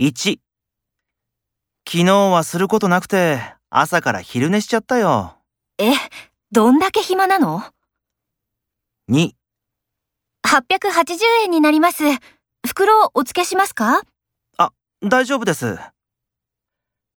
1昨日はすることなくて朝から昼寝しちゃったよ。え、どんだけ暇なの2 ?880 円になります。袋お付けしますか大丈夫です。